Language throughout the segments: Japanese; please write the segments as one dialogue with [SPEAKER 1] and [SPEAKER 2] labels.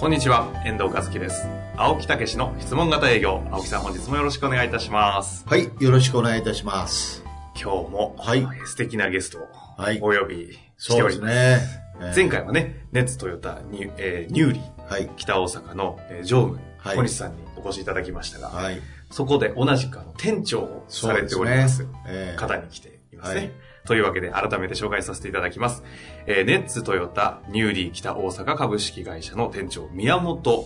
[SPEAKER 1] こんにちは、遠藤和樹です。青木武の質問型営業、青木さん本日もよろしくお願いいたします。
[SPEAKER 2] はい、よろしくお願いいたします。
[SPEAKER 1] 今日も、
[SPEAKER 2] はい
[SPEAKER 1] 素敵なゲストを
[SPEAKER 2] はい
[SPEAKER 1] お呼びして
[SPEAKER 2] そう
[SPEAKER 1] おり
[SPEAKER 2] です
[SPEAKER 1] ます。
[SPEAKER 2] ね。
[SPEAKER 1] 前回はね、ネッツトヨタニュ、えーニューリー
[SPEAKER 2] えーはい、
[SPEAKER 1] 北大阪の、えー常務、
[SPEAKER 2] はい
[SPEAKER 1] 小西さんにお越しいただきましたが、
[SPEAKER 2] はい、
[SPEAKER 1] そこで同じくあの店長をされております
[SPEAKER 2] そうですねえー
[SPEAKER 1] 方に来ていますね。
[SPEAKER 2] はい
[SPEAKER 1] というわけで、改めて紹介させていただきます。えーネッツトヨタニューリー北大阪株式会社の店長、宮本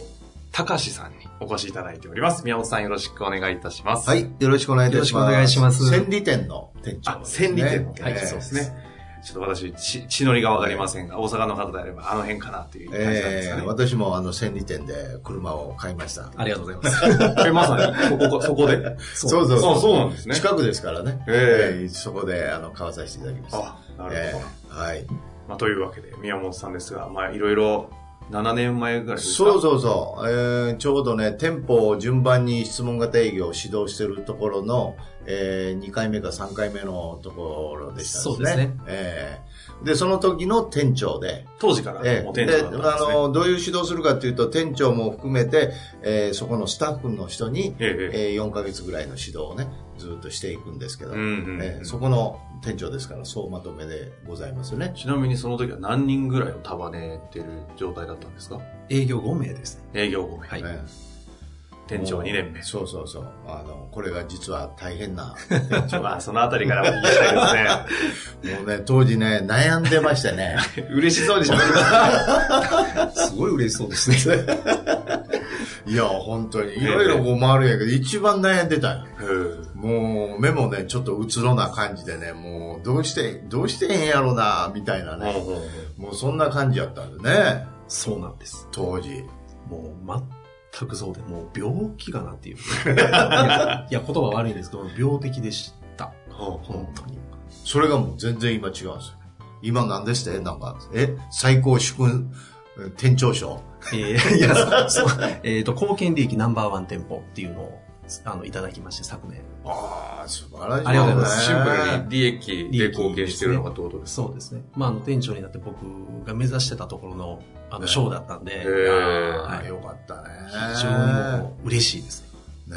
[SPEAKER 1] 隆さんにお越しいただいております。宮本さんよろしくお願いいたします。
[SPEAKER 2] はい、よろしくお願いいたします。
[SPEAKER 3] よろしくお願いします
[SPEAKER 2] 千里店の店長
[SPEAKER 1] あ、
[SPEAKER 2] ですね、
[SPEAKER 1] 千里店の、
[SPEAKER 2] えー
[SPEAKER 1] そうですね。ちょっと私、ち血のりがわかりませんが、大阪の方であればあの辺かなという感じなんです
[SPEAKER 2] え
[SPEAKER 1] か
[SPEAKER 2] ー
[SPEAKER 1] ね。
[SPEAKER 2] 私もあの千里店で車を買いました。
[SPEAKER 3] ありがとうございます。
[SPEAKER 1] えまさに、そこ、そこで。
[SPEAKER 2] そうそう
[SPEAKER 1] あそうなんですね
[SPEAKER 2] 近くですからね。
[SPEAKER 1] えー
[SPEAKER 2] ーそこであの買わさせていただきました。
[SPEAKER 1] あ、なるほど。
[SPEAKER 2] えーはい。
[SPEAKER 1] まあ、というわけで、宮本さんですが、まあ、いろいろ、7年前ぐらいですか
[SPEAKER 2] そうそうそう、えーちょうどね、店舗を順番に質問型営業を指導してるところの、え2回目か3回目のところでした
[SPEAKER 3] そうですね。
[SPEAKER 2] えーで、その時の店長で、
[SPEAKER 1] 当時から
[SPEAKER 2] え
[SPEAKER 1] もう
[SPEAKER 2] え
[SPEAKER 1] 店長
[SPEAKER 2] で
[SPEAKER 1] だったんです、ね。
[SPEAKER 2] あの、どういう指導するかというと、店長も含めて、えーそこのスタッフの人に、
[SPEAKER 1] ええええ
[SPEAKER 2] え4ヶ月ぐらいの指導をね、ずっとしていくんですけど、
[SPEAKER 1] うんうんうん
[SPEAKER 2] えーそこの店長ですから、総まとめでございますね。
[SPEAKER 1] ちなみにその時は何人ぐらいを束ねてる状態だったんですか
[SPEAKER 3] 営業5名ですね。
[SPEAKER 1] 営業5名、
[SPEAKER 3] はい
[SPEAKER 2] えー
[SPEAKER 1] 店長2年目。
[SPEAKER 2] そうそうそう。あの、これが実は大変な。
[SPEAKER 1] まあ、そのあたりからも聞きたいで
[SPEAKER 2] もうね、当時ね、悩んでましてね。
[SPEAKER 1] すね。嬉しそうでしたね。
[SPEAKER 3] すごい嬉しそうですね。
[SPEAKER 2] いや、本当に。いろいろこう回るんやけど、一番悩んでたんよ。
[SPEAKER 1] うん
[SPEAKER 2] もう、目もね、ちょっとうつろな感じでね、もう、どうして、どうしてへんやろな、みたいなね。もうそんな感じやったんでね、
[SPEAKER 3] そうなんです。
[SPEAKER 2] 当時。
[SPEAKER 3] もう全くそうで、もう病気かなっていう。いや、言葉悪いんですけど、病的でした。本当に。
[SPEAKER 2] それがもう全然今違うんですよ。今何でしたなんか、え最高主君、え店長賞。
[SPEAKER 3] え ー、いや、そうそうえっ、と、貢献利益ナンバーワン店舗っていうのを、あの、いただきまして、昨年。
[SPEAKER 2] ああ、素晴らしい、ね。
[SPEAKER 3] ありがとうございます
[SPEAKER 1] シンプルに利益で貢献してるのがってことです。
[SPEAKER 3] そうですね。まあ、あの、店長になって僕が目指してたところの、あの、
[SPEAKER 2] ね
[SPEAKER 3] 賞だったんで、
[SPEAKER 1] へ
[SPEAKER 2] あ
[SPEAKER 3] は
[SPEAKER 2] ー
[SPEAKER 3] い
[SPEAKER 2] よかったね。
[SPEAKER 3] 非常にもう嬉しいです
[SPEAKER 2] ね
[SPEAKER 3] ね。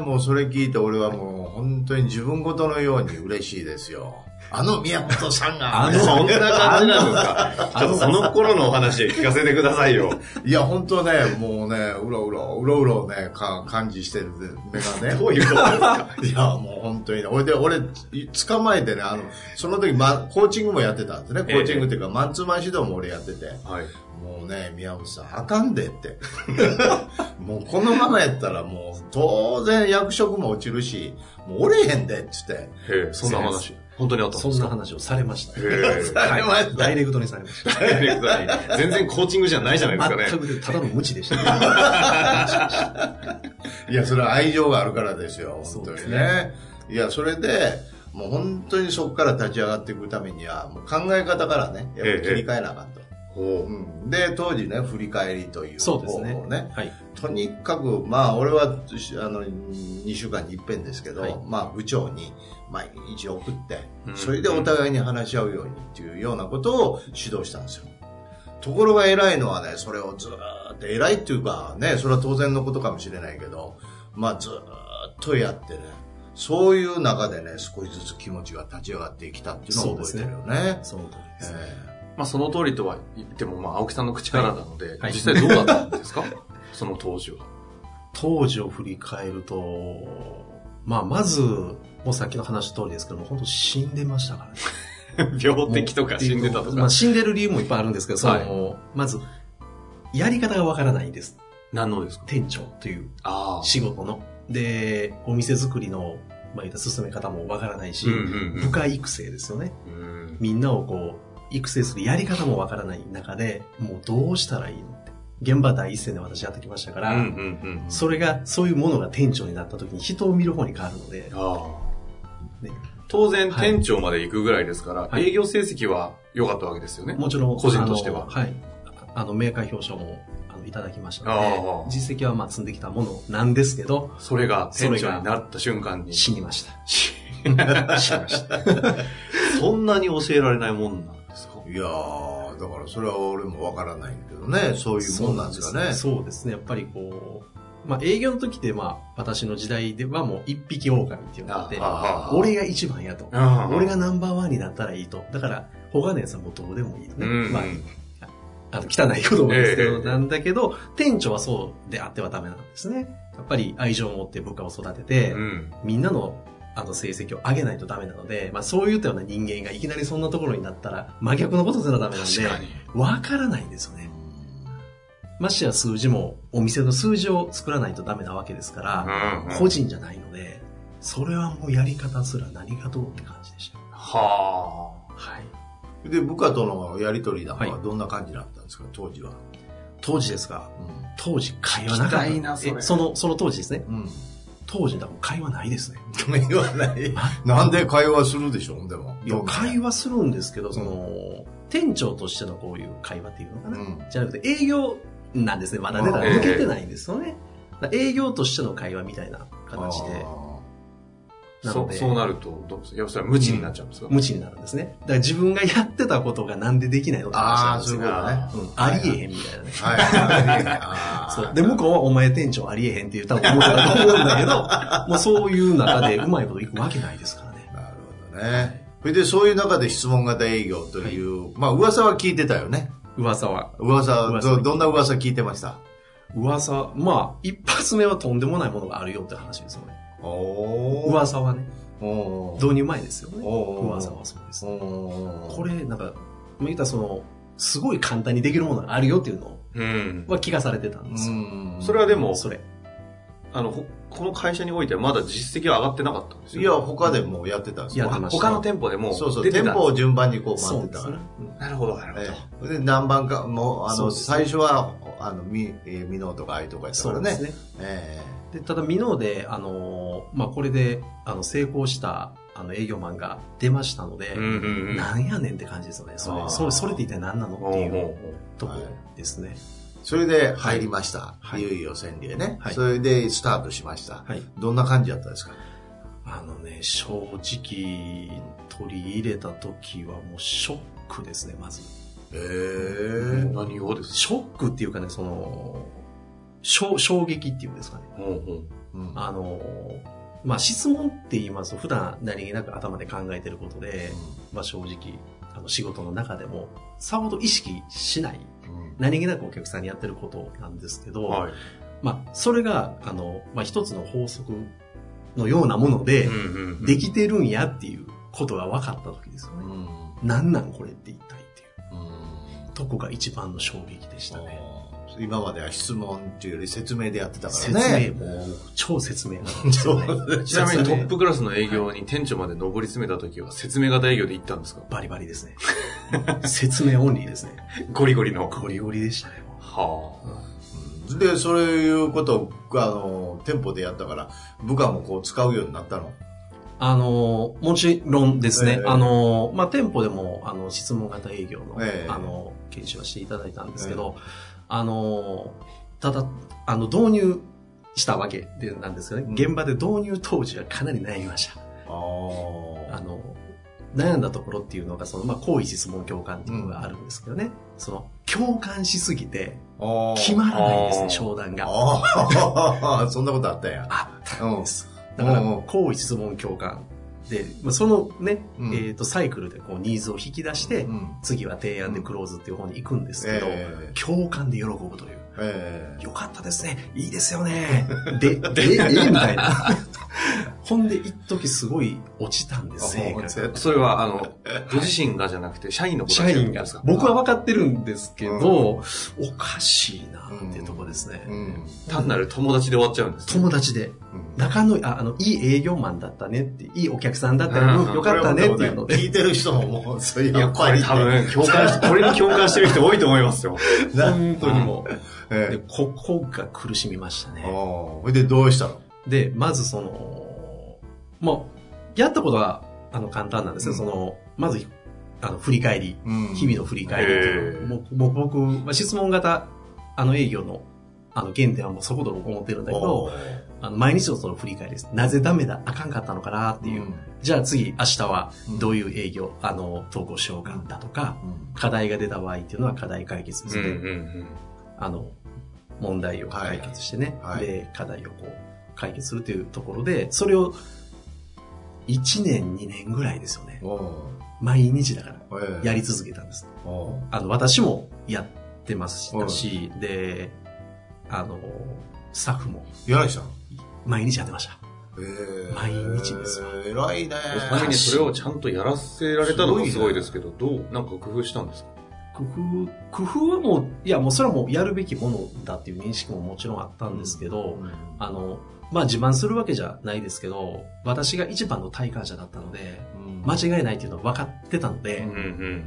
[SPEAKER 2] え、もうそれ聞いて俺はもう本当に自分ごとのように嬉しいですよ。あの宮本さんが。
[SPEAKER 3] あの
[SPEAKER 1] そんな感じなんですかちょっとその頃のお話聞かせてくださいよ。
[SPEAKER 2] いや、本当ね、もうね、うろうろ、うろうろね、か感じしてる目が
[SPEAKER 1] ど
[SPEAKER 2] ね。
[SPEAKER 1] ういうことですか
[SPEAKER 2] いや、もう本当にね。俺で、俺、捕まえてね、あの、その時、ま、コーチングもやってたんですね。コーチングっていうか、マンツーマン指導も俺やってて。
[SPEAKER 1] はい。
[SPEAKER 2] もうね、宮本さん、あかんでって。 もうこのままやったら、もう当然役職も落ちるし、もうおれへんでって言って。
[SPEAKER 1] へえそんな話。本当にあったん
[SPEAKER 3] そ
[SPEAKER 1] で
[SPEAKER 3] ん
[SPEAKER 1] す
[SPEAKER 3] な
[SPEAKER 1] か
[SPEAKER 3] 話をされました。
[SPEAKER 1] へえ
[SPEAKER 2] されました
[SPEAKER 3] ダイレクトにされました。
[SPEAKER 1] ダイレクトに 全然コーチングじゃないじゃないですかね。
[SPEAKER 3] 全くただの無知でした。
[SPEAKER 2] いや、それは愛情があるからですよ、本当
[SPEAKER 3] そうで
[SPEAKER 2] に
[SPEAKER 3] す
[SPEAKER 2] ね。いや、それで、もう本当にそこから立ち上がっていくためには、もう考え方からね、やっぱり切り替えなあかんと。
[SPEAKER 1] ほう
[SPEAKER 2] うん、で、当時ね、振り返りという
[SPEAKER 3] そ
[SPEAKER 2] 方
[SPEAKER 3] うです
[SPEAKER 2] 法を
[SPEAKER 3] ね
[SPEAKER 2] ね、
[SPEAKER 3] はい。
[SPEAKER 2] とにかく、まあ、俺は、しあの、2週間に一遍ですけど、
[SPEAKER 3] はい
[SPEAKER 2] まあ、部長に毎日送って
[SPEAKER 1] う、ん
[SPEAKER 2] それでお互いに話し合うようにっていうようなことを指導したんですよ。ところが偉いのはね、それをずーっと、偉いっていうかね、それは当然のことかもしれないけど、まあ、ずーっとやってね、そういう中でね、少しずつ気持ちが立ち上がってきたっていうのを覚えてるよ ね。
[SPEAKER 3] その通りです。
[SPEAKER 2] え
[SPEAKER 1] まあ、その通りとは言っても、まあ、青木さんの口からなので、
[SPEAKER 3] はい
[SPEAKER 1] 実際どうだったんですか その当時は。
[SPEAKER 3] 当時を振り返ると、まあ、まず、もうさっきの話の通りですけども、本当死んでましたからね。
[SPEAKER 1] 病的とか死んでたと
[SPEAKER 3] ま
[SPEAKER 1] か
[SPEAKER 3] あ、。死んでる理由もいっぱいあるんですけど、その、
[SPEAKER 1] は
[SPEAKER 3] まず、やり方がわからないんです。
[SPEAKER 1] 何のですか
[SPEAKER 3] 店長という
[SPEAKER 1] ああ。
[SPEAKER 3] 仕事の。で、お店作りの、まあ、言った進め方もわからないし、
[SPEAKER 1] うんうん
[SPEAKER 3] 部下育成ですよね。
[SPEAKER 1] うん。
[SPEAKER 3] みんなをこう、育成するやり方もわからない中で、もうどうしたらいいのって。現場第一線で私やってきましたか
[SPEAKER 1] う
[SPEAKER 3] ら、
[SPEAKER 1] んうんうん。
[SPEAKER 3] それが、そういうものが店長になった時に人を見る方に変わるので、
[SPEAKER 1] ああ
[SPEAKER 3] ね
[SPEAKER 1] 当然、
[SPEAKER 3] はい
[SPEAKER 1] 店長まで行くぐらいですから、
[SPEAKER 3] はい
[SPEAKER 1] 営業成績は良かったわけですよね。
[SPEAKER 3] もちろん、
[SPEAKER 1] 個人としては
[SPEAKER 3] あのはい。あの、メーカー表彰も、あの、いただきました
[SPEAKER 1] あ
[SPEAKER 3] の
[SPEAKER 1] あ
[SPEAKER 3] で、実績はまあ積んできたものなんですけど、
[SPEAKER 1] それが
[SPEAKER 3] そ
[SPEAKER 1] 店
[SPEAKER 3] れが
[SPEAKER 1] 長になった瞬間に。
[SPEAKER 3] 死にました。
[SPEAKER 1] し
[SPEAKER 3] 死にました。
[SPEAKER 1] そんなに教えられないもんなんですか
[SPEAKER 2] いやー、だからそれは俺もわからないんだけどね、そういうもんなんですかね。
[SPEAKER 3] そうですね。やっぱりこう、まあ営業の時って、まあ私の時代ではもう一匹狼っていうのがあって、
[SPEAKER 1] ああ
[SPEAKER 3] 俺が一番やと。
[SPEAKER 1] ああ
[SPEAKER 3] 俺がナンバーワンになったらいいと。だから、他のやつはもうどうでもいいと
[SPEAKER 1] う
[SPEAKER 3] ね。
[SPEAKER 1] ん。
[SPEAKER 3] まあ、あの、汚い言葉ですけ
[SPEAKER 1] え
[SPEAKER 3] ど、
[SPEAKER 1] え
[SPEAKER 3] なんだけど、店長はそうであってはダメなんですね。やっぱり愛情を持って部下を育てて、
[SPEAKER 1] うん。
[SPEAKER 3] みんなのあの成績を上げないとダメなので、まあそういったような人間がいきなりそんなところになったら真逆のことすらダメなん
[SPEAKER 1] 確か
[SPEAKER 3] で、
[SPEAKER 1] に。
[SPEAKER 3] わからないんですよね。ましてや数字も、お店の数字を作らないとダメなわけですから、
[SPEAKER 1] うん
[SPEAKER 3] 個人じゃないので、それはもうやり方すら何がどうって感じでした。
[SPEAKER 1] はあ。
[SPEAKER 3] はい。
[SPEAKER 2] で、部下とのやりとりなんかは
[SPEAKER 3] はい
[SPEAKER 2] どんな感じだったんですか、当時は。
[SPEAKER 3] 当時ですが、
[SPEAKER 2] う
[SPEAKER 3] 当時会話なかった。
[SPEAKER 1] 聞きたいなそれ
[SPEAKER 3] えその、その当時ですね。
[SPEAKER 2] ん。うん。
[SPEAKER 3] 当時だから会話ないですね。
[SPEAKER 2] とも言わない。なんで会話するでしょ、でも。
[SPEAKER 3] いや、会
[SPEAKER 2] 話
[SPEAKER 3] 話するんですけど、その、店長としてのこういう会話っていうのか
[SPEAKER 2] う
[SPEAKER 3] な。
[SPEAKER 2] ん。
[SPEAKER 3] じゃなくて営業なんですね。まだね、
[SPEAKER 2] うん
[SPEAKER 3] だから抜けてないんですよね。だから営業としての会話みたいな形で、なの
[SPEAKER 1] そ
[SPEAKER 3] で
[SPEAKER 1] そうなると、どういや、それは無知になっちゃうんですか、
[SPEAKER 3] 無知になるんですね。だから自分がやってたことがなんでできないのって話
[SPEAKER 2] あ
[SPEAKER 3] なん
[SPEAKER 2] あ、
[SPEAKER 3] で
[SPEAKER 2] そう
[SPEAKER 3] す
[SPEAKER 2] いう
[SPEAKER 3] よ。
[SPEAKER 2] ことね。
[SPEAKER 3] うんありえへんみたいなね。
[SPEAKER 2] はいはいはいあー。
[SPEAKER 3] そうで、向こうはお前店長ありえへんって言ったと思ってたと思うんだけど、もうそういう中でうまいこといくわけないですからね。
[SPEAKER 2] なるほどね。それで、そういう中で質問型営業という、まあ、噂は聞いてたよね。
[SPEAKER 3] 噂は。
[SPEAKER 2] 噂、
[SPEAKER 3] 噂
[SPEAKER 2] どどんな噂聞いてました
[SPEAKER 3] 噂、まあ、一発目はとんでもないものがあるよって話ですよね。
[SPEAKER 2] おー。
[SPEAKER 3] 噂はね、
[SPEAKER 2] おー。
[SPEAKER 3] 導入前ですよね。
[SPEAKER 2] おー。
[SPEAKER 3] 噂はそうです。
[SPEAKER 2] おー。
[SPEAKER 3] これ、なんか、まあ言ったらその、すごい簡単にできるものがあるよっていうの
[SPEAKER 1] うん。
[SPEAKER 3] は気がされてたん
[SPEAKER 2] う
[SPEAKER 3] ですよ。
[SPEAKER 2] ん。
[SPEAKER 1] それはでも、
[SPEAKER 3] それ。
[SPEAKER 1] あの、ほこの会社においてはまだ実績は上がってなかったんです
[SPEAKER 2] いや、
[SPEAKER 1] よ。
[SPEAKER 2] 他でもやってたんです
[SPEAKER 3] やって
[SPEAKER 2] よ。
[SPEAKER 3] ました
[SPEAKER 1] 他の店舗でも
[SPEAKER 2] そうそう、
[SPEAKER 1] 出て
[SPEAKER 2] 店
[SPEAKER 1] た
[SPEAKER 2] 舗を順番にこう
[SPEAKER 3] そ
[SPEAKER 2] 回って
[SPEAKER 3] うで
[SPEAKER 2] た
[SPEAKER 3] す
[SPEAKER 2] か
[SPEAKER 3] ね
[SPEAKER 2] ら。。
[SPEAKER 1] なるほど、なるほど。
[SPEAKER 2] ええで、何番か、もう、あ
[SPEAKER 3] そう
[SPEAKER 2] の、
[SPEAKER 3] です
[SPEAKER 2] 最初は、あの、み、えー、美濃とか愛とかやったか
[SPEAKER 3] そ
[SPEAKER 2] ら
[SPEAKER 3] うで
[SPEAKER 2] ね
[SPEAKER 3] す。ね。
[SPEAKER 2] え
[SPEAKER 3] で、ただ、ミノで、あのーまあ、これで、あの、成功した、あの、営業マンが出ましたので、
[SPEAKER 1] うんうんうん。
[SPEAKER 3] なんやねんって感じですよね。そ
[SPEAKER 2] あー
[SPEAKER 3] れ、それ、それって一体何なのってい
[SPEAKER 1] おうおう
[SPEAKER 3] うとこ
[SPEAKER 2] はい
[SPEAKER 3] ですね。
[SPEAKER 2] えそれで入りました。、
[SPEAKER 3] はいい
[SPEAKER 2] よいよ川柳ね、
[SPEAKER 3] はい
[SPEAKER 2] それでスタートしました。
[SPEAKER 3] はい。
[SPEAKER 2] どんな感じだったんですか
[SPEAKER 3] あのね、正直、取り入れた時はもうショックですね、まず。
[SPEAKER 2] ええ
[SPEAKER 1] 何をです
[SPEAKER 3] ショックっていうかね、その、衝衝撃っていうんですかね。
[SPEAKER 1] かうんうん。
[SPEAKER 2] うん
[SPEAKER 3] あの、まあ、質問って言いますと、普段何気なく頭で考えてることで、まあ、正直、あの、仕事の中でも、さほど意識しない、
[SPEAKER 2] うん
[SPEAKER 3] 何気なくお客さんにやってることなんですけど、
[SPEAKER 1] はい。
[SPEAKER 3] まあ、それが、あの、まあ、一つの法則のようなもので、
[SPEAKER 1] うんうんうん
[SPEAKER 3] できてるんやっていうことが分かった時ですよ
[SPEAKER 2] う
[SPEAKER 3] ね。
[SPEAKER 2] ん
[SPEAKER 3] なんなんこれって一体っていう
[SPEAKER 2] うん
[SPEAKER 3] とこが一番の衝撃でしたね。
[SPEAKER 2] 今までは質問っていうより説明でやってたから
[SPEAKER 3] 説
[SPEAKER 2] ね。
[SPEAKER 3] 明も、超説明なんで すよね。
[SPEAKER 1] ちなみにト
[SPEAKER 3] 説明
[SPEAKER 1] ップクラスの営業に店長まで上り詰めた時は説明型営業で行ったんですか
[SPEAKER 3] バリバリですね。説明オンリーです ね。
[SPEAKER 1] ゴリゴリの。
[SPEAKER 3] ゴリゴリでしたね。
[SPEAKER 1] は
[SPEAKER 2] うんで、そういうことを、あの、店舗でやったから、部下もこう使うようになったの。
[SPEAKER 3] あの、もちろんですね。
[SPEAKER 2] ええ
[SPEAKER 3] あの、まあ、店舗でも、あの、質問型営業の、
[SPEAKER 2] ええ
[SPEAKER 3] あの、研修はしていただいたんですけど、あの、ただ、あの、導入したわけでなんですよね。
[SPEAKER 2] うん
[SPEAKER 3] 現場で導入当時はかなり悩みました。あ
[SPEAKER 2] あ
[SPEAKER 3] の、悩んだところっていうのが、その、まあ、好意質問共感っていうのがあるんですけどね。その、共感しすぎて、
[SPEAKER 2] あ。
[SPEAKER 3] 決まらないんです
[SPEAKER 1] あー
[SPEAKER 3] ね、商談が。
[SPEAKER 2] ああ、 そんなことあったんや。
[SPEAKER 3] あった
[SPEAKER 2] うん
[SPEAKER 3] んです。だから
[SPEAKER 2] うんうん、
[SPEAKER 3] 好意質問共感。で、まあ、そのね、
[SPEAKER 2] うん
[SPEAKER 3] えっ、と、サイクルでこう、ニーズを引き出して、
[SPEAKER 2] うん。
[SPEAKER 3] 次は提案でクローズっていう方に行くんですけど、
[SPEAKER 2] ええ
[SPEAKER 3] 共感で喜ぶという。
[SPEAKER 2] ええ
[SPEAKER 3] よかったですね。いいですよね。で、で、ええみたいな。ほんで、一時すごい落ちたんです、成果
[SPEAKER 2] あ
[SPEAKER 3] が
[SPEAKER 2] そう
[SPEAKER 1] それは、あの、ご自身がじゃなくて、社員の子た
[SPEAKER 3] 社
[SPEAKER 1] ち
[SPEAKER 3] 員
[SPEAKER 1] で
[SPEAKER 3] が
[SPEAKER 1] すか。
[SPEAKER 3] 僕は分かってるんですけど、おかしいなっていうところですね。
[SPEAKER 2] うん
[SPEAKER 1] 単なる友達で終わっちゃうんですね。
[SPEAKER 3] 友達で、仲のいい、ああの、いい営業マンだったねって、いいお客さんだった
[SPEAKER 1] うん
[SPEAKER 3] よ、よかったねっていうので、
[SPEAKER 2] 聞いてる人ももう、そういう
[SPEAKER 1] いや、これ多分、共感し、これに共感してる人多いと思いますよ。
[SPEAKER 3] 本当にもう、で
[SPEAKER 2] え
[SPEAKER 3] ここが苦しみました
[SPEAKER 2] え。
[SPEAKER 3] ね。
[SPEAKER 2] おーほいでどうしたの
[SPEAKER 3] で、まずその、もう、やったことは、あの、簡単なんですよ。
[SPEAKER 2] うん
[SPEAKER 3] その、まず、あの、振り返り、日々の振り返りっていうの
[SPEAKER 1] へ
[SPEAKER 3] もうもう僕、まあ、質問型、あの、営業の、あの、原点はもうそこだと僕思ってるんだけ
[SPEAKER 2] お
[SPEAKER 3] ど、
[SPEAKER 2] ー
[SPEAKER 3] あの、毎日のその振り返りです。なぜダメだあかんかったのかなっていう。じゃあ次、明日はどういう営業、あの、投稿しようかだとか、
[SPEAKER 2] うん
[SPEAKER 3] 課題が出た場合っていうのは課題解決
[SPEAKER 1] う
[SPEAKER 3] す
[SPEAKER 1] んう
[SPEAKER 3] る。
[SPEAKER 1] ん
[SPEAKER 3] あの、問題を解決してね、
[SPEAKER 2] はいはい
[SPEAKER 3] で、課題をこう、解決するというところで、それを、1年、2年ぐらいですよね。
[SPEAKER 2] お
[SPEAKER 3] 毎日だから、
[SPEAKER 2] ーええ
[SPEAKER 3] やり続けたんです。
[SPEAKER 2] おー
[SPEAKER 3] あの、私もやってますしたし、で、あの、スタッフも
[SPEAKER 2] 柳さん。
[SPEAKER 3] 毎日やってました。
[SPEAKER 2] ええ
[SPEAKER 3] 毎日ですよ
[SPEAKER 2] 偉いね。
[SPEAKER 1] うん。ちなみにそれをちゃんとやらせられたのがすごいですけど、どう、なんか工夫したんですか
[SPEAKER 3] 工夫、工夫はもう、いや、もうそれはもうやるべきものだっていう認識ももちろんあったんですけど、
[SPEAKER 2] うん
[SPEAKER 3] あの、まあ自慢するわけじゃないですけど、私が一番の体感者だったので、間違いないっていうのは分かってたので、
[SPEAKER 1] うんうん。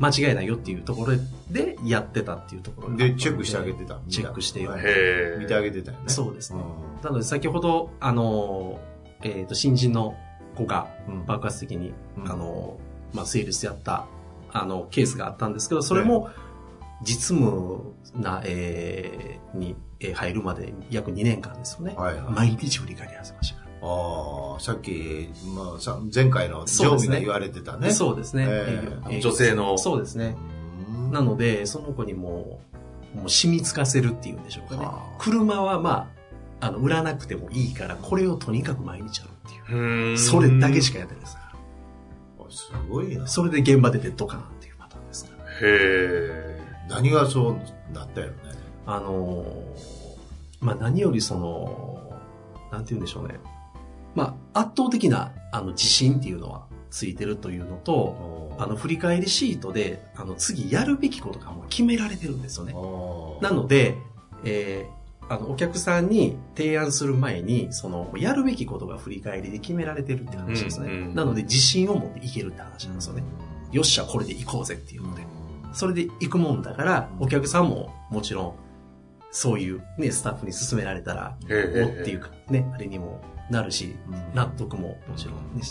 [SPEAKER 3] 間違いないよっていうところでやってたっていうところがあったの
[SPEAKER 2] で、チェックしてあげてた。
[SPEAKER 3] チェックしてよ
[SPEAKER 2] はい
[SPEAKER 1] へ
[SPEAKER 2] 見てあ
[SPEAKER 1] え。
[SPEAKER 2] げてたよね。
[SPEAKER 3] そうです
[SPEAKER 2] う
[SPEAKER 3] ね。
[SPEAKER 2] ん
[SPEAKER 3] なので先ほど、あの、えっ、と、新人の子が
[SPEAKER 2] うん
[SPEAKER 3] 爆発的に、
[SPEAKER 2] うん
[SPEAKER 3] あの、まあ、セールスやった、あの、ケースがあったんですけど、それも、実務な、えーに、えー入るまで約2年間ですよね。
[SPEAKER 2] はいはい
[SPEAKER 3] 毎日振り返り合わせましたから。
[SPEAKER 2] ああ、さっき、まあ、さ前回の常備で言われてたね。
[SPEAKER 3] そうですね。
[SPEAKER 2] ええ
[SPEAKER 3] 営業
[SPEAKER 1] あの女性の
[SPEAKER 3] そうですね。
[SPEAKER 2] うん
[SPEAKER 3] なので、その子にもう、もう染みつかせるっていうんでしょうかね
[SPEAKER 2] はあ。
[SPEAKER 3] 車はまあ、あの、売らなくてもいいから、これをとにかく毎日やるっていう
[SPEAKER 1] ー
[SPEAKER 3] う。
[SPEAKER 1] ん
[SPEAKER 3] それだけしかやってないですか
[SPEAKER 2] すごいな
[SPEAKER 3] ら。。それで現場でデッドカーンっていうパターンですから。
[SPEAKER 1] へえ。
[SPEAKER 2] 何がそうなったよね。
[SPEAKER 3] あのーまあ何よりその、なんて言うんでしょうね。まあ、圧倒的な、あの、自信っていうのはついてるというのと、あの、振り返りシートで、あの、次やるべきことがもう決められてるんですよね。
[SPEAKER 2] の
[SPEAKER 3] なので、えーあの、お客さんに提案する前に、その、やるべきことが振り返りで決められてるって話ですね。
[SPEAKER 1] うんうん
[SPEAKER 3] なので、自信を持っていけるって話なんですよね。よっしゃ、これで行こうぜっていうので。それで行くもんだから、お客さんももちろん、そういうね、スタッフに勧められたら、
[SPEAKER 1] へえ
[SPEAKER 3] おっていうか、ね、あれにもなるし、納得ももちろんね、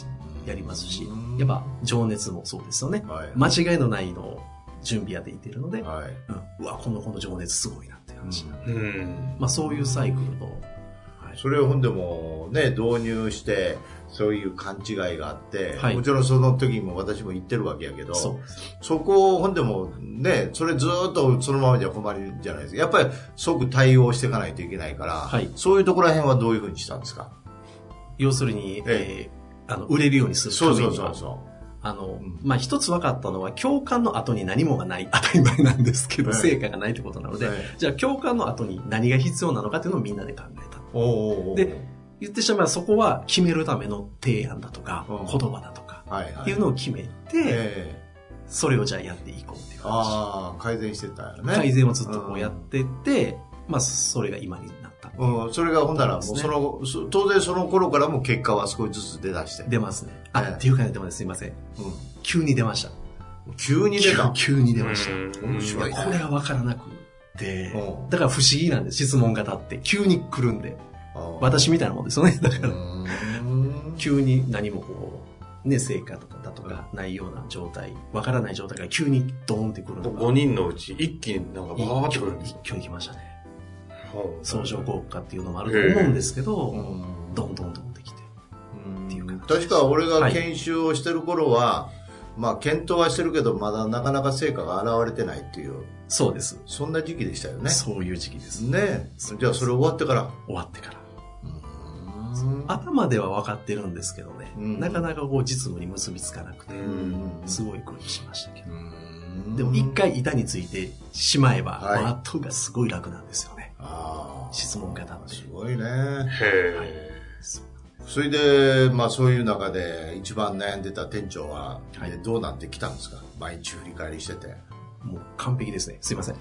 [SPEAKER 3] やりますし、やっぱ情熱もそうですよね。
[SPEAKER 2] ぱ、はい。
[SPEAKER 3] 間違いのないのを準備やっていってるので、
[SPEAKER 2] はい。
[SPEAKER 3] うんうわ、この子の情熱すごいなっていう話。
[SPEAKER 1] うん。
[SPEAKER 3] まあそういうサイクルの、はい
[SPEAKER 2] それをほんでもね、導入して、そういう勘違いがあって、
[SPEAKER 3] はい
[SPEAKER 2] もちろんその時にも私も言ってるわけやけど、
[SPEAKER 3] そう
[SPEAKER 2] そこをほんでもね、それずーっとそのままじゃ困るじゃないですか。やっぱり即対応していかないといけないから、
[SPEAKER 3] はい
[SPEAKER 2] そういうところら辺はどういうふうにしたんですか
[SPEAKER 3] 要するに、
[SPEAKER 2] え
[SPEAKER 3] えーあの売れるようにするた
[SPEAKER 2] そ
[SPEAKER 3] め
[SPEAKER 2] う
[SPEAKER 3] に
[SPEAKER 2] そ
[SPEAKER 3] は
[SPEAKER 2] うそうそう。
[SPEAKER 3] あの
[SPEAKER 2] ん、
[SPEAKER 3] まあ一つ分かったのは、共感の後に何もがない、 当たり前なんですけど、
[SPEAKER 2] ええ
[SPEAKER 3] 成果がないってことなので、
[SPEAKER 2] ええ
[SPEAKER 3] じゃあ共感の後に何が必要なのかっていうのをみんなで考えた。
[SPEAKER 2] おうおうおう
[SPEAKER 3] で言ってしまえばそこは決めるための提案だとか、
[SPEAKER 2] うん
[SPEAKER 3] 言葉だとか、
[SPEAKER 2] はいはい。
[SPEAKER 3] っていうのを決めて、
[SPEAKER 2] ええ
[SPEAKER 3] それをじゃあやっていこうっていう話。
[SPEAKER 2] ああ、改善してたよね。
[SPEAKER 3] 改善をずっとこうやってって、まあそれが今になった。
[SPEAKER 2] うん、それがほんならもう
[SPEAKER 3] そうです
[SPEAKER 2] そ
[SPEAKER 3] ね
[SPEAKER 2] の、そ当然その頃からも結果は少しずつ出だして。
[SPEAKER 3] 出ますね。あ、
[SPEAKER 2] ええ
[SPEAKER 3] っていうかね、でもね、すいません。
[SPEAKER 2] う
[SPEAKER 3] 急に出ました。
[SPEAKER 2] ん、急に出た。
[SPEAKER 3] 急急に出ました。
[SPEAKER 1] うん
[SPEAKER 2] 面白いね
[SPEAKER 3] これが分からなくて
[SPEAKER 2] うん、
[SPEAKER 3] だから不思議なんです。質問が立って、急に来るんで。
[SPEAKER 2] うん
[SPEAKER 3] 私みたいなもんですよね。だ か
[SPEAKER 2] う
[SPEAKER 3] ら、
[SPEAKER 2] ん
[SPEAKER 3] 急に何もこう、ね、成果とかだとか、ないような状態、分からない状態から急にドーンって来るの
[SPEAKER 1] 5
[SPEAKER 3] が、
[SPEAKER 1] 人のうち一気になんかバーってくるんです
[SPEAKER 3] 一
[SPEAKER 1] よ。
[SPEAKER 3] 挙に来ましたね。
[SPEAKER 1] ほう
[SPEAKER 3] 相乗効果っていうのもあると思うんですけ
[SPEAKER 2] う
[SPEAKER 3] ど、
[SPEAKER 2] ん
[SPEAKER 3] ドンドンドンってきて。っていう形
[SPEAKER 2] 確か俺が研修をしてる頃は、まあ検討はしてるけどまだなかなか成果が現れてないっていう
[SPEAKER 3] そうです。
[SPEAKER 2] そんな時期でしたよね
[SPEAKER 3] そういう時期です。
[SPEAKER 2] ね
[SPEAKER 3] そう
[SPEAKER 2] じゃあそれ終わってから
[SPEAKER 3] 終わってから。
[SPEAKER 2] うん
[SPEAKER 3] 頭では分かってるんですけどね、
[SPEAKER 2] うん
[SPEAKER 3] なかなかこう実務に結びつかなくて、
[SPEAKER 2] うん
[SPEAKER 3] すごい苦労しましたけど。
[SPEAKER 2] うん
[SPEAKER 3] でも一回板についてしまえば、
[SPEAKER 2] はい
[SPEAKER 3] まあ後がすごい楽なんですよね。
[SPEAKER 2] ああ
[SPEAKER 3] 質問型っていう
[SPEAKER 2] すごいね
[SPEAKER 1] へえ。
[SPEAKER 3] そうなんです
[SPEAKER 2] それで、まあそういう中で一番悩んでた店長は、
[SPEAKER 3] はい
[SPEAKER 2] えどうなってきたんですか毎日振り返りしてて。
[SPEAKER 3] もう完璧ですね。すいません。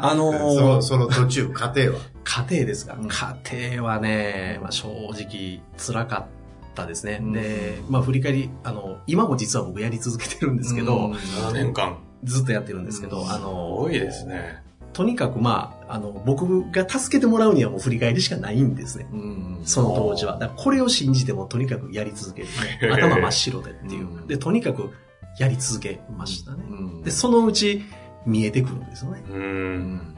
[SPEAKER 3] あのー
[SPEAKER 2] そのその途中、過程 は。
[SPEAKER 3] 家庭ですが、
[SPEAKER 2] うん
[SPEAKER 3] 家庭はね、まあ、正直辛かったですね。
[SPEAKER 2] うん
[SPEAKER 3] で、まあ振り返り、あの、今も実は僕やり続けてるんですけど、
[SPEAKER 1] 7年間。
[SPEAKER 3] ずっとやってるんですけど、
[SPEAKER 2] うん
[SPEAKER 3] あの、
[SPEAKER 1] 多いです。ね。
[SPEAKER 3] とにかくまあ、あの、僕が助けてもらうにはもう振り返りしかないんですね。
[SPEAKER 2] うん
[SPEAKER 3] その当時は。だからこれを信じてもとにかくやり続ける。頭真っ白でっていうう。
[SPEAKER 2] ん
[SPEAKER 3] で、とにかくやり続けましたね。
[SPEAKER 2] うん
[SPEAKER 3] で、そのうち見えてくるんですよね。
[SPEAKER 1] う。
[SPEAKER 2] うんん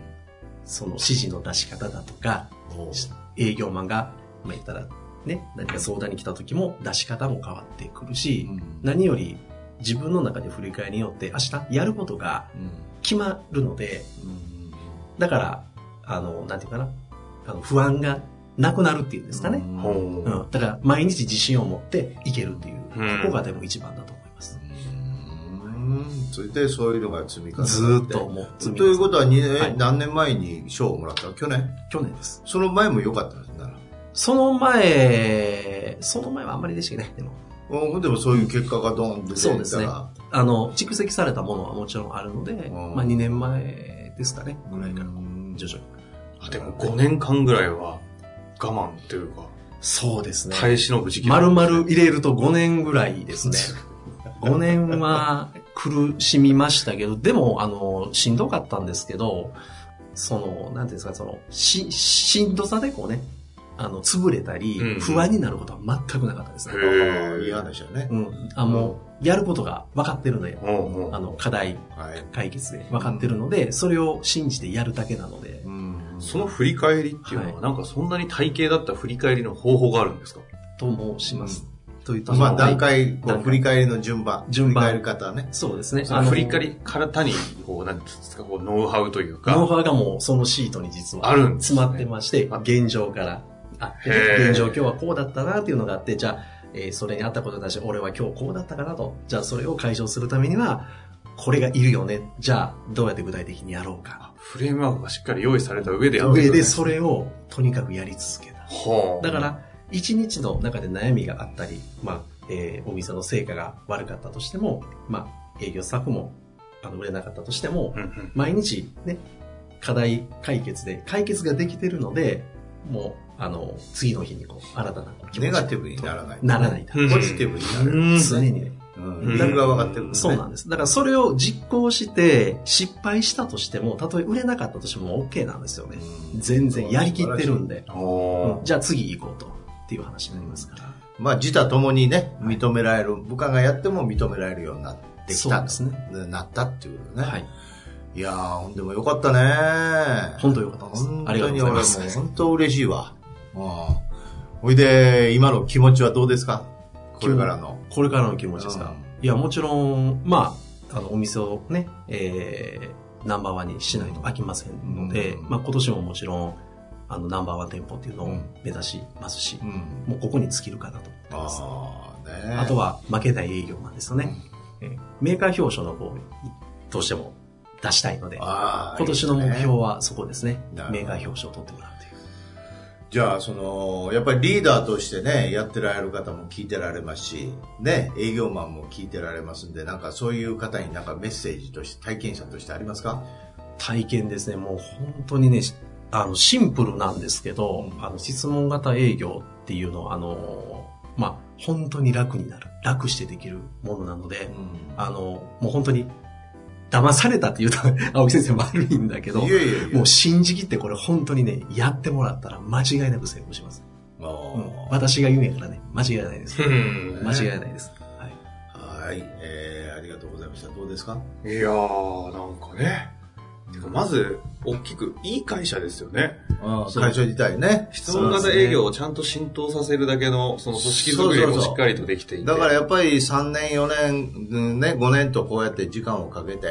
[SPEAKER 3] その指示の出し方だとか、
[SPEAKER 2] おう
[SPEAKER 3] 営業マンが、まあ、言ったらね、何か相談に来た時も出し方も変わってくるし、何より自分の中で振り返りによって明日やることが
[SPEAKER 2] うん
[SPEAKER 3] 決まるので、
[SPEAKER 2] うん
[SPEAKER 3] だから、あの、なんていうかな、あの不安がなくなるっていうんですかね。
[SPEAKER 2] うん
[SPEAKER 1] ほ
[SPEAKER 2] うん
[SPEAKER 1] う
[SPEAKER 3] うん。だから、毎日自信を持っていけるっていう、
[SPEAKER 1] うん
[SPEAKER 3] ここがでも一番だと思います。
[SPEAKER 2] それでそういうのが積み重なって
[SPEAKER 3] ずーっと思う。
[SPEAKER 2] ということはにえ
[SPEAKER 3] はい
[SPEAKER 2] 何年前に賞をもらった去年
[SPEAKER 3] 去年です。
[SPEAKER 2] その前も良かったんですなら
[SPEAKER 3] その前、その前はあんまりでしたね。でも、
[SPEAKER 2] うんでもそういう結果がドーンって出
[SPEAKER 3] そうで
[SPEAKER 2] てき
[SPEAKER 3] す
[SPEAKER 2] た
[SPEAKER 3] ね
[SPEAKER 2] ら
[SPEAKER 3] あの、蓄積されたものはもちろんあるので、
[SPEAKER 2] ん
[SPEAKER 3] まあ2年前ですかね、ぐらいから
[SPEAKER 2] う、ん
[SPEAKER 3] 徐々に。
[SPEAKER 1] あでも5年間ぐらいは我慢というか、
[SPEAKER 3] そうですね。
[SPEAKER 1] 耐え忍ぶ時期。
[SPEAKER 3] まるまる入れると5年ぐらいですね。5年は苦しみましたけど、でも、あの、しんどかったんですけど、その、なんていうんですか、その、し、しんどさでこうね、あの、潰れたり
[SPEAKER 1] うん、
[SPEAKER 3] 不安になることは全くなかったですね。
[SPEAKER 2] ああいい
[SPEAKER 1] へぇ
[SPEAKER 2] 話だね
[SPEAKER 3] うん。あ、もう、やることが分かってるので、
[SPEAKER 1] ー。うんうん
[SPEAKER 3] あの、課題
[SPEAKER 2] はい
[SPEAKER 3] 解決で分かってるので、それを信じてやるだけなので、
[SPEAKER 1] その振り返りっていうの
[SPEAKER 3] は
[SPEAKER 1] は、なんかそんなに体系だった振り返りの方法があるんですか
[SPEAKER 3] と申します。というと、
[SPEAKER 2] まあ
[SPEAKER 3] の
[SPEAKER 2] 段階こ
[SPEAKER 3] 段
[SPEAKER 2] う
[SPEAKER 3] 階
[SPEAKER 2] 振り返りの順番
[SPEAKER 3] 順番
[SPEAKER 2] 振り返り方ね
[SPEAKER 3] そうですね。
[SPEAKER 1] その振り返りから単に、こう、なんていうんですか、こう、ノウハウという
[SPEAKER 3] ノウ
[SPEAKER 1] か、
[SPEAKER 3] ハウがもうそのシートに実は
[SPEAKER 1] あるんですね
[SPEAKER 3] 詰まってまして、現状から、あ、
[SPEAKER 1] へー
[SPEAKER 3] 現状今日はこうだったなっていうのがあって、じゃあ、えーそれにあったことだし、俺は今日こうだったかなと。じゃあそれを解消するためには、これがいるよね。じゃあ、どうやって具体的にやろうか。
[SPEAKER 1] フレームワークがしっかり用意された上でやって
[SPEAKER 3] 上
[SPEAKER 1] るん
[SPEAKER 3] で
[SPEAKER 1] です。
[SPEAKER 3] それをとにかくやり続けた。
[SPEAKER 1] ほう。
[SPEAKER 3] だか、ら、一日の中で悩みがあったり、まあ、えーお店の成果が悪かったとしても、まあ、営業スタッフも、あの、売れなかったとしても
[SPEAKER 1] う、んうん。
[SPEAKER 3] 毎日ね、課題解決で、解決ができてるので、もう、あの、次の日にこう、新たなこう気持ち
[SPEAKER 2] ネガティブにならない
[SPEAKER 3] ならないんだ。
[SPEAKER 1] うん
[SPEAKER 2] ポジティブになる
[SPEAKER 1] うん
[SPEAKER 2] です
[SPEAKER 3] 常
[SPEAKER 2] ね
[SPEAKER 3] にね。
[SPEAKER 2] うん自分が分かってる
[SPEAKER 1] うん
[SPEAKER 3] そうなんです。だからそれを実行して、失敗したとしても、たとえ売れなかったとしても OK なんですよね。全然やりきってるん
[SPEAKER 2] で
[SPEAKER 3] で。
[SPEAKER 1] ほ
[SPEAKER 3] うんじゃあ次行こうと。っていう話になりますから。
[SPEAKER 2] まあ自他ともにね認められる部下がやっても認められるようになってき
[SPEAKER 3] そう
[SPEAKER 2] た
[SPEAKER 3] ですね。
[SPEAKER 2] なったっていうことね
[SPEAKER 3] はい。
[SPEAKER 2] いやー、ほんでもよかったね。
[SPEAKER 3] 本当よかったです。
[SPEAKER 2] 本
[SPEAKER 3] ありが
[SPEAKER 2] 当
[SPEAKER 3] とう
[SPEAKER 2] に
[SPEAKER 3] ご
[SPEAKER 2] 俺も
[SPEAKER 3] ざいます。
[SPEAKER 2] う本当嬉しいわ。うんほいで、今の気持ちはどうですかこれからの。
[SPEAKER 3] これからの気持ちですか、いや、もちろん、まあ、あの、お店をね、えー、ナンバーワンにしないと飽きませんので、
[SPEAKER 2] うん
[SPEAKER 3] まあ、今年ももちろん、あの、ナンバーワン店舗っていうのを目指しますし、
[SPEAKER 2] うん。
[SPEAKER 3] もうここに尽きるかなと思ってます。あ
[SPEAKER 2] ああ、ね
[SPEAKER 3] と、は、負けない営業マンですよね。えーメーカー表彰の方に、どうしても出したいので、
[SPEAKER 2] あー
[SPEAKER 3] 今年の目。
[SPEAKER 2] いいです
[SPEAKER 3] 標
[SPEAKER 2] ね
[SPEAKER 3] はそこですね。
[SPEAKER 2] なるほど
[SPEAKER 3] メーカー表彰を取ってもらうという。
[SPEAKER 2] じゃあ、その、やっぱりリーダーとしてね、やってられる方も聞いてられますし、ね、営業マンも聞いてられますんで、なんかそういう方になんかメッセージとして、体験者としてありますか
[SPEAKER 3] 体験ですね。もう本当にね、しあの、シンプルなんですけど、あの、質問型営業っていうのは、あの、まあ、本当に楽になる。楽してできるものなので、あの、もう本当に、騙されたって言うと、 青木先生悪いんだけど
[SPEAKER 2] い、やいやいや
[SPEAKER 3] もう信じきってこれ本当にね、やってもらったら間違いなく成功します。
[SPEAKER 2] あ
[SPEAKER 3] うん
[SPEAKER 2] ー
[SPEAKER 3] 私が言うんやからね、間違いないです
[SPEAKER 1] う。ん。
[SPEAKER 3] 間違いないです。はい。
[SPEAKER 2] はい、えー、ありがとうございました。どうですか
[SPEAKER 1] いやー、なんかね。てかまず、大きく、いい会社ですよね。
[SPEAKER 3] そう
[SPEAKER 2] 会社自体ね。
[SPEAKER 1] 質問型営業をちゃんと浸透させるだけの、その組織づくりもしっかりとできていて。
[SPEAKER 2] だからやっぱり3年、4年、うんね、5年とこうやって時間をかけて、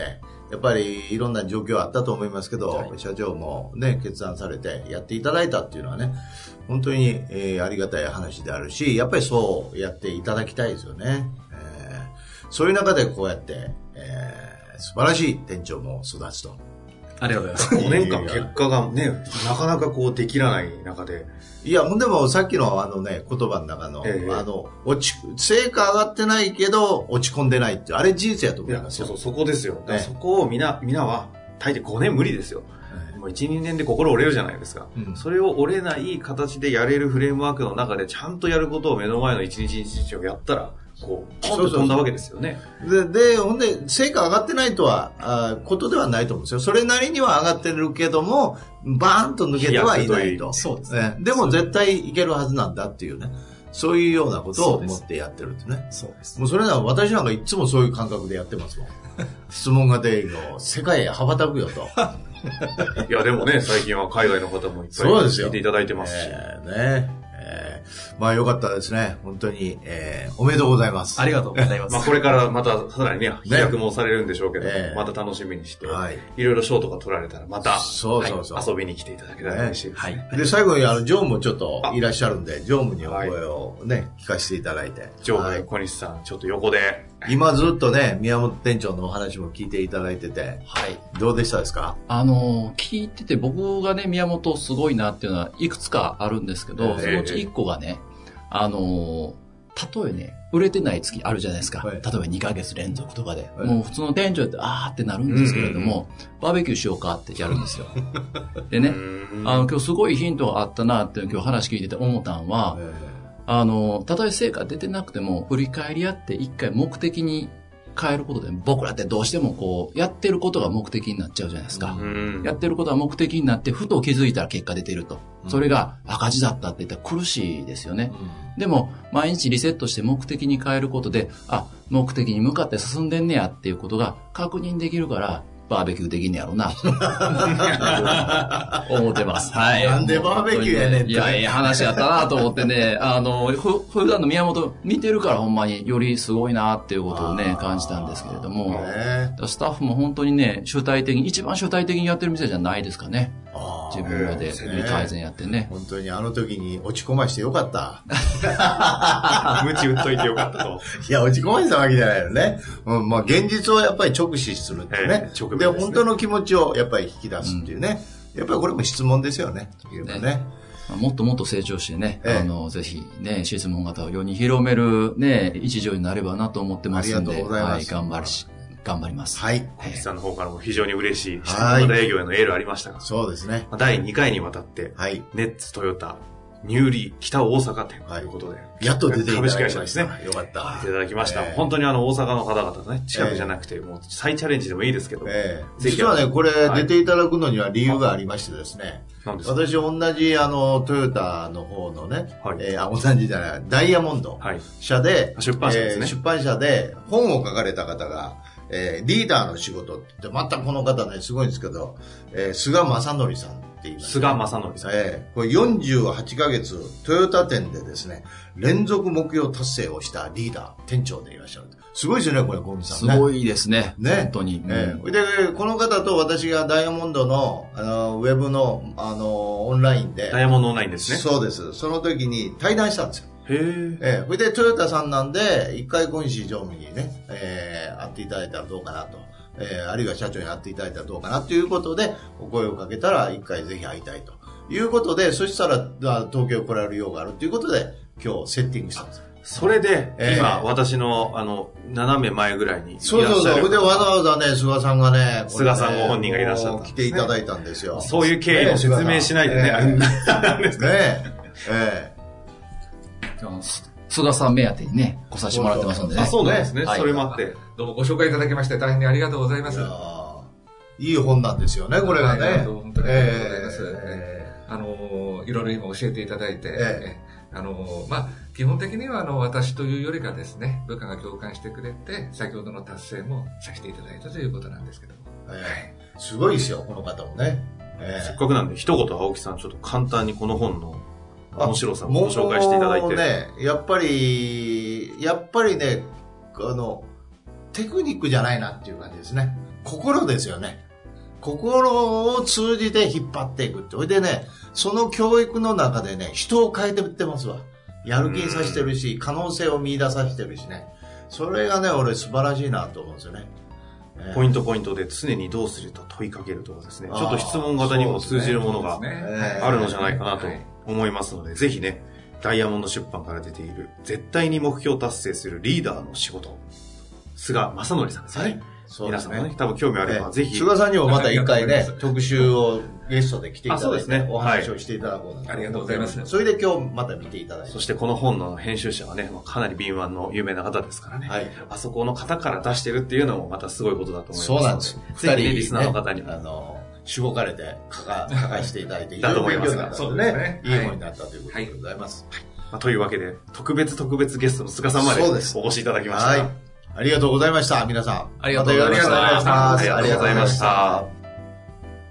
[SPEAKER 2] やっぱりいろんな状況あったと思いますけど、
[SPEAKER 3] はい
[SPEAKER 2] 社長もね、決断されてやっていただいたっていうのはね、本当に、えーありがたい話であるし、やっぱりそうやっていただきたいですよね。えーそういう中でこうやって、えー素晴らしい店長も育つと。
[SPEAKER 3] ありがとうございます。
[SPEAKER 1] 5年間結果がね、なかなかこうできらない中で、
[SPEAKER 2] いや、でもさっきのあのね、言葉の中の、
[SPEAKER 1] ええ
[SPEAKER 2] あの、落ち、成果上がってないけど、落ち込んでないって、あれ人生やと
[SPEAKER 1] い
[SPEAKER 2] 思い
[SPEAKER 1] や、
[SPEAKER 2] ます
[SPEAKER 1] そう
[SPEAKER 2] よ。
[SPEAKER 1] そう、そこですよ。だから
[SPEAKER 2] ね
[SPEAKER 1] そこをみな、みなは、大抵5年無理ですよ。
[SPEAKER 2] はい
[SPEAKER 1] もう1、2年で心折れるじゃないですか。
[SPEAKER 2] うん
[SPEAKER 1] それを折れない形でやれるフレームワークの中で、ちゃんとやることを目の前の一日一日をやったら、こう、ポンと飛んだわけですよね。
[SPEAKER 2] で、で、ほんで、成果上がってないとは、あーことではないと思うんですよ。それなりには上がってるけども、バーンと抜けてはいないと。
[SPEAKER 3] そうです
[SPEAKER 2] ね、でも絶対いけるはずなんだっていうね。そういうようなことを思ってやってるってね。
[SPEAKER 3] そうです。
[SPEAKER 2] もうそれなら私なんかいつもそういう感覚でやってますも ん。質問が出るの、世界へ羽ばたくよと。
[SPEAKER 1] いや、でもね、最近は海外の方もいっぱい
[SPEAKER 2] そうですよ
[SPEAKER 1] 聞いていただいてますし。
[SPEAKER 2] えーねえーまあよかったですね。本当に、えーおめでとうございます。
[SPEAKER 3] ありがとうございます。
[SPEAKER 1] まあこれからまたさらにね、飛躍もされるんでしょうけど、
[SPEAKER 2] ええ
[SPEAKER 1] また楽しみにして、、
[SPEAKER 2] はいい。
[SPEAKER 1] ろいろ賞とか取られたらまた、
[SPEAKER 2] そうそうそう
[SPEAKER 1] はい遊びに来ていただけたら嬉しいです、
[SPEAKER 3] は
[SPEAKER 1] ね。
[SPEAKER 3] い。
[SPEAKER 2] で、最後に、あの、常務もちょっといらっしゃるんで、常務にお声をね、聞かせていただいて。
[SPEAKER 1] 上
[SPEAKER 2] は
[SPEAKER 1] 部
[SPEAKER 2] い
[SPEAKER 1] 小西さん、ちょっと横で、
[SPEAKER 2] 今ずっとね、宮本店長のお話も聞いていただいてて、
[SPEAKER 4] はい。
[SPEAKER 2] どうでしたですか
[SPEAKER 4] あの、聞いてて僕がね、宮本すごいなっていうのはいくつかあるんですけど、
[SPEAKER 2] ええ
[SPEAKER 4] そのうち1個がね、あの、例えね、売れてない月あるじゃないですか。
[SPEAKER 2] はい
[SPEAKER 4] 例えば2ヶ月連続とかで。
[SPEAKER 2] はい
[SPEAKER 4] もう普通の店長って、あーってなるんですけれども、バーベキューしようかってやるんですよ。でね、あの、今日すごいヒントがあったなって今日話聞いてて思ったんは、あの、たとえ成果出てなくても、振り返り合って一回目的に変えることで、僕らってどうしてもこう、やってることが目的になっちゃうじゃないですか。
[SPEAKER 1] うん
[SPEAKER 4] やってることが目的になって、ふと気づいたら結果出てると。それが赤字だったって言ったら苦しいですよね。でも、毎日リセットして目的に変えることで、あ、目的に向かって進んでんねやっていうことが確認できるから、バーベキューできんねやろう な、と思ってます。はい。
[SPEAKER 2] なんでバーベキューやねんって
[SPEAKER 4] いや、いや話やったなと思ってね、あの、ふ普段の宮本見てるからほんまによりすごいなっていうことをね、感じたんですけれども。
[SPEAKER 2] ね
[SPEAKER 4] だからスタッフも本当にね、主体的に、一番主体的にやってる店じゃないですかね。
[SPEAKER 2] あー
[SPEAKER 4] 自分らで
[SPEAKER 2] そうですね
[SPEAKER 4] 改善やってね。
[SPEAKER 2] 本当にあの時に落ち込ましてよかった。
[SPEAKER 1] 無知打っといてよかったと。
[SPEAKER 2] いや、落ち込ましたわけじゃないよね。うん、まあ現実をやっぱり直視するってね
[SPEAKER 1] ええ。直面
[SPEAKER 2] で
[SPEAKER 1] ですね
[SPEAKER 2] 本当の気持ちをやっぱり引き出すっていうね。やっぱりこれも質問ですよね。言えばね。
[SPEAKER 4] まあもっともっと成長してね、
[SPEAKER 2] ええ
[SPEAKER 4] あの、ぜひね、質問型を世に広めるね、一助になればなと思ってますんで、
[SPEAKER 2] ありがとうございます
[SPEAKER 4] はい、頑張るし、頑張ります。
[SPEAKER 2] はい。
[SPEAKER 1] 小西さんの方からも非常に嬉しい、質
[SPEAKER 2] はい
[SPEAKER 1] 問営業へのエールありましたが、
[SPEAKER 2] そうですね。
[SPEAKER 1] 第2回にわたって、
[SPEAKER 2] はい。
[SPEAKER 1] ネッツトヨタ、ニューリー北大阪店と
[SPEAKER 2] はい
[SPEAKER 1] いうことで、
[SPEAKER 2] やっと出ていただきました。
[SPEAKER 1] 株式会社ですね。
[SPEAKER 2] よかった
[SPEAKER 1] いた。だきました。
[SPEAKER 2] ええ
[SPEAKER 1] 本当にあの大阪の方々のね、近くじゃなくて、もう再チャレンジでもいいですけど、
[SPEAKER 2] ええ
[SPEAKER 1] ぜひ
[SPEAKER 2] 実はね、これ
[SPEAKER 1] はい
[SPEAKER 2] 出ていただくのには理由がありましてですね。
[SPEAKER 1] なんですか
[SPEAKER 2] 私、同じ、あの、トヨタの方のね、
[SPEAKER 1] はい
[SPEAKER 2] えーあ、同じじゃない、ダイヤモンド
[SPEAKER 1] はい。
[SPEAKER 2] 社で、
[SPEAKER 1] あ出版社ですね
[SPEAKER 2] えー出版社で本を書かれた方が、えーリーダーの仕事って、またこの方ね、すごいんですけど、えー菅正則さんって言います。
[SPEAKER 1] 菅正則さん。
[SPEAKER 2] えーこれ48ヶ月、トヨタ店でですね、連続目標達成をしたリーダー、店長でいらっしゃる。すごいですよね、これ、ゴミさん
[SPEAKER 4] す
[SPEAKER 2] ね。
[SPEAKER 4] ごいですね。
[SPEAKER 2] ね
[SPEAKER 4] 本当に。
[SPEAKER 2] え
[SPEAKER 4] うん
[SPEAKER 2] えで、この方と私がダイヤモンドの、あの、ウェブの、あの、オンラインで、
[SPEAKER 1] ダイヤモンドオンラインですね。
[SPEAKER 2] そうです。その時に対談したんですよ。
[SPEAKER 1] へえ。
[SPEAKER 2] ええそれで、トヨタさんなんで、一回小西常務にね、ええ会っていただいたらどうかなと。ええあるいは社長に会っていただいたらどうかなということで、お声をかけたら、一回ぜひ会いたいということで、そしたら、あ東京来られる用があるということで、今日セッティングしたんです。
[SPEAKER 1] それで、
[SPEAKER 2] ええ
[SPEAKER 1] 今、私の、あの、斜め前ぐらいにいらっしゃ
[SPEAKER 2] そう
[SPEAKER 1] る。
[SPEAKER 2] そうそう。それでわざわざね、菅さんがね、これ
[SPEAKER 1] 菅
[SPEAKER 2] ね
[SPEAKER 1] さんご本人がいらっしゃったんですね
[SPEAKER 2] 来ていただいたんですよ。
[SPEAKER 1] そういう経緯を説明しないでね、あれ
[SPEAKER 2] ね
[SPEAKER 1] なんです
[SPEAKER 2] え
[SPEAKER 1] か。
[SPEAKER 2] え
[SPEAKER 4] あのす菅さん目当てにね、来させてもらってますんでね。
[SPEAKER 1] あ、そうなんですね。
[SPEAKER 4] はい
[SPEAKER 1] それもあって。
[SPEAKER 5] どうもご紹介いただきまして大変にありがとうございま
[SPEAKER 2] えい
[SPEAKER 5] す。
[SPEAKER 2] やーいい本なんですよね、これが
[SPEAKER 5] はい
[SPEAKER 2] ね。
[SPEAKER 5] 本当にありがとうございます。
[SPEAKER 2] え
[SPEAKER 5] あのーいろいろ今教えていただいて、
[SPEAKER 2] え
[SPEAKER 5] えあのーまあ、基本的にはあの私というよりかですね、部下が共感してくれて、先ほどの達成もさせていただいたということなんですけども。
[SPEAKER 2] えええすごいですよ、この方もね。え
[SPEAKER 1] せっ
[SPEAKER 2] え
[SPEAKER 1] かくなんで、一言青木さん、ちょっと簡単にこの本の面白さを
[SPEAKER 2] も
[SPEAKER 1] ご
[SPEAKER 2] う
[SPEAKER 1] 紹介していただいて。
[SPEAKER 2] ね、やっぱり、やっぱりね、あの、テクニックじゃないなっていう感じですね。心ですよね。心を通じて引っ張っていくって。それでね、その教育の中でね、人を変えてってますわ。やる気にさせてるし、可能性を見出させてるしね。それがね、俺素晴らしいなと思うんですよね。ね
[SPEAKER 1] ポイントポイントで常にどうすると問いかけるとかですね、ち
[SPEAKER 2] あー
[SPEAKER 1] ょっと質問型にも通じるものが
[SPEAKER 5] そうですね
[SPEAKER 2] え
[SPEAKER 1] あるのじゃないかなと
[SPEAKER 5] はい
[SPEAKER 1] 思いますので、ぜひね、ダイヤモンド出版から出ている、絶対に目標達成するリーダーの仕事、菅正則さんですね。
[SPEAKER 2] はいそうで
[SPEAKER 1] 皆
[SPEAKER 2] す
[SPEAKER 1] さんも
[SPEAKER 2] ね
[SPEAKER 1] ね、多分興味あ
[SPEAKER 2] え
[SPEAKER 1] れば、
[SPEAKER 2] え
[SPEAKER 1] ぜひ。
[SPEAKER 2] 菅さんにもまた一回
[SPEAKER 5] ありが
[SPEAKER 2] ね
[SPEAKER 5] とうございます
[SPEAKER 2] 特集をゲストで来ていた
[SPEAKER 1] あそう
[SPEAKER 2] だ
[SPEAKER 1] で
[SPEAKER 2] い
[SPEAKER 1] すね
[SPEAKER 2] てお話をしていただこうなんて
[SPEAKER 5] ありがとうございます
[SPEAKER 2] それで今日また見ていただいて
[SPEAKER 1] そしてこの本の編集者はね、かなり敏腕の有名な方ですからね。
[SPEAKER 2] はい
[SPEAKER 1] あそこの方から出してるっていうのもまたすごいことだと思います。
[SPEAKER 2] そうなんです
[SPEAKER 1] ぜひね、
[SPEAKER 2] ね
[SPEAKER 1] リスナーの方にも。
[SPEAKER 2] あのしごかれて書か書かしていただい て
[SPEAKER 1] だと思います
[SPEAKER 2] ろろ勉強になったんでね
[SPEAKER 5] そうですねはい
[SPEAKER 2] いい本になったということでございます
[SPEAKER 1] まあ、というわけで、特別特別ゲストの菅さんまで
[SPEAKER 2] そう
[SPEAKER 1] お
[SPEAKER 2] です
[SPEAKER 1] 越しいただきました。
[SPEAKER 2] はいありがとうございました皆さん
[SPEAKER 4] ありがとうございました
[SPEAKER 2] たよろしくお願いします
[SPEAKER 1] ありがとうございました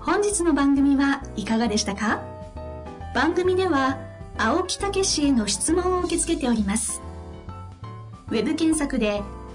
[SPEAKER 6] 本日の番組はいかがでしたか番組では青木武氏への質問を受け付けておりますウェブ検索で「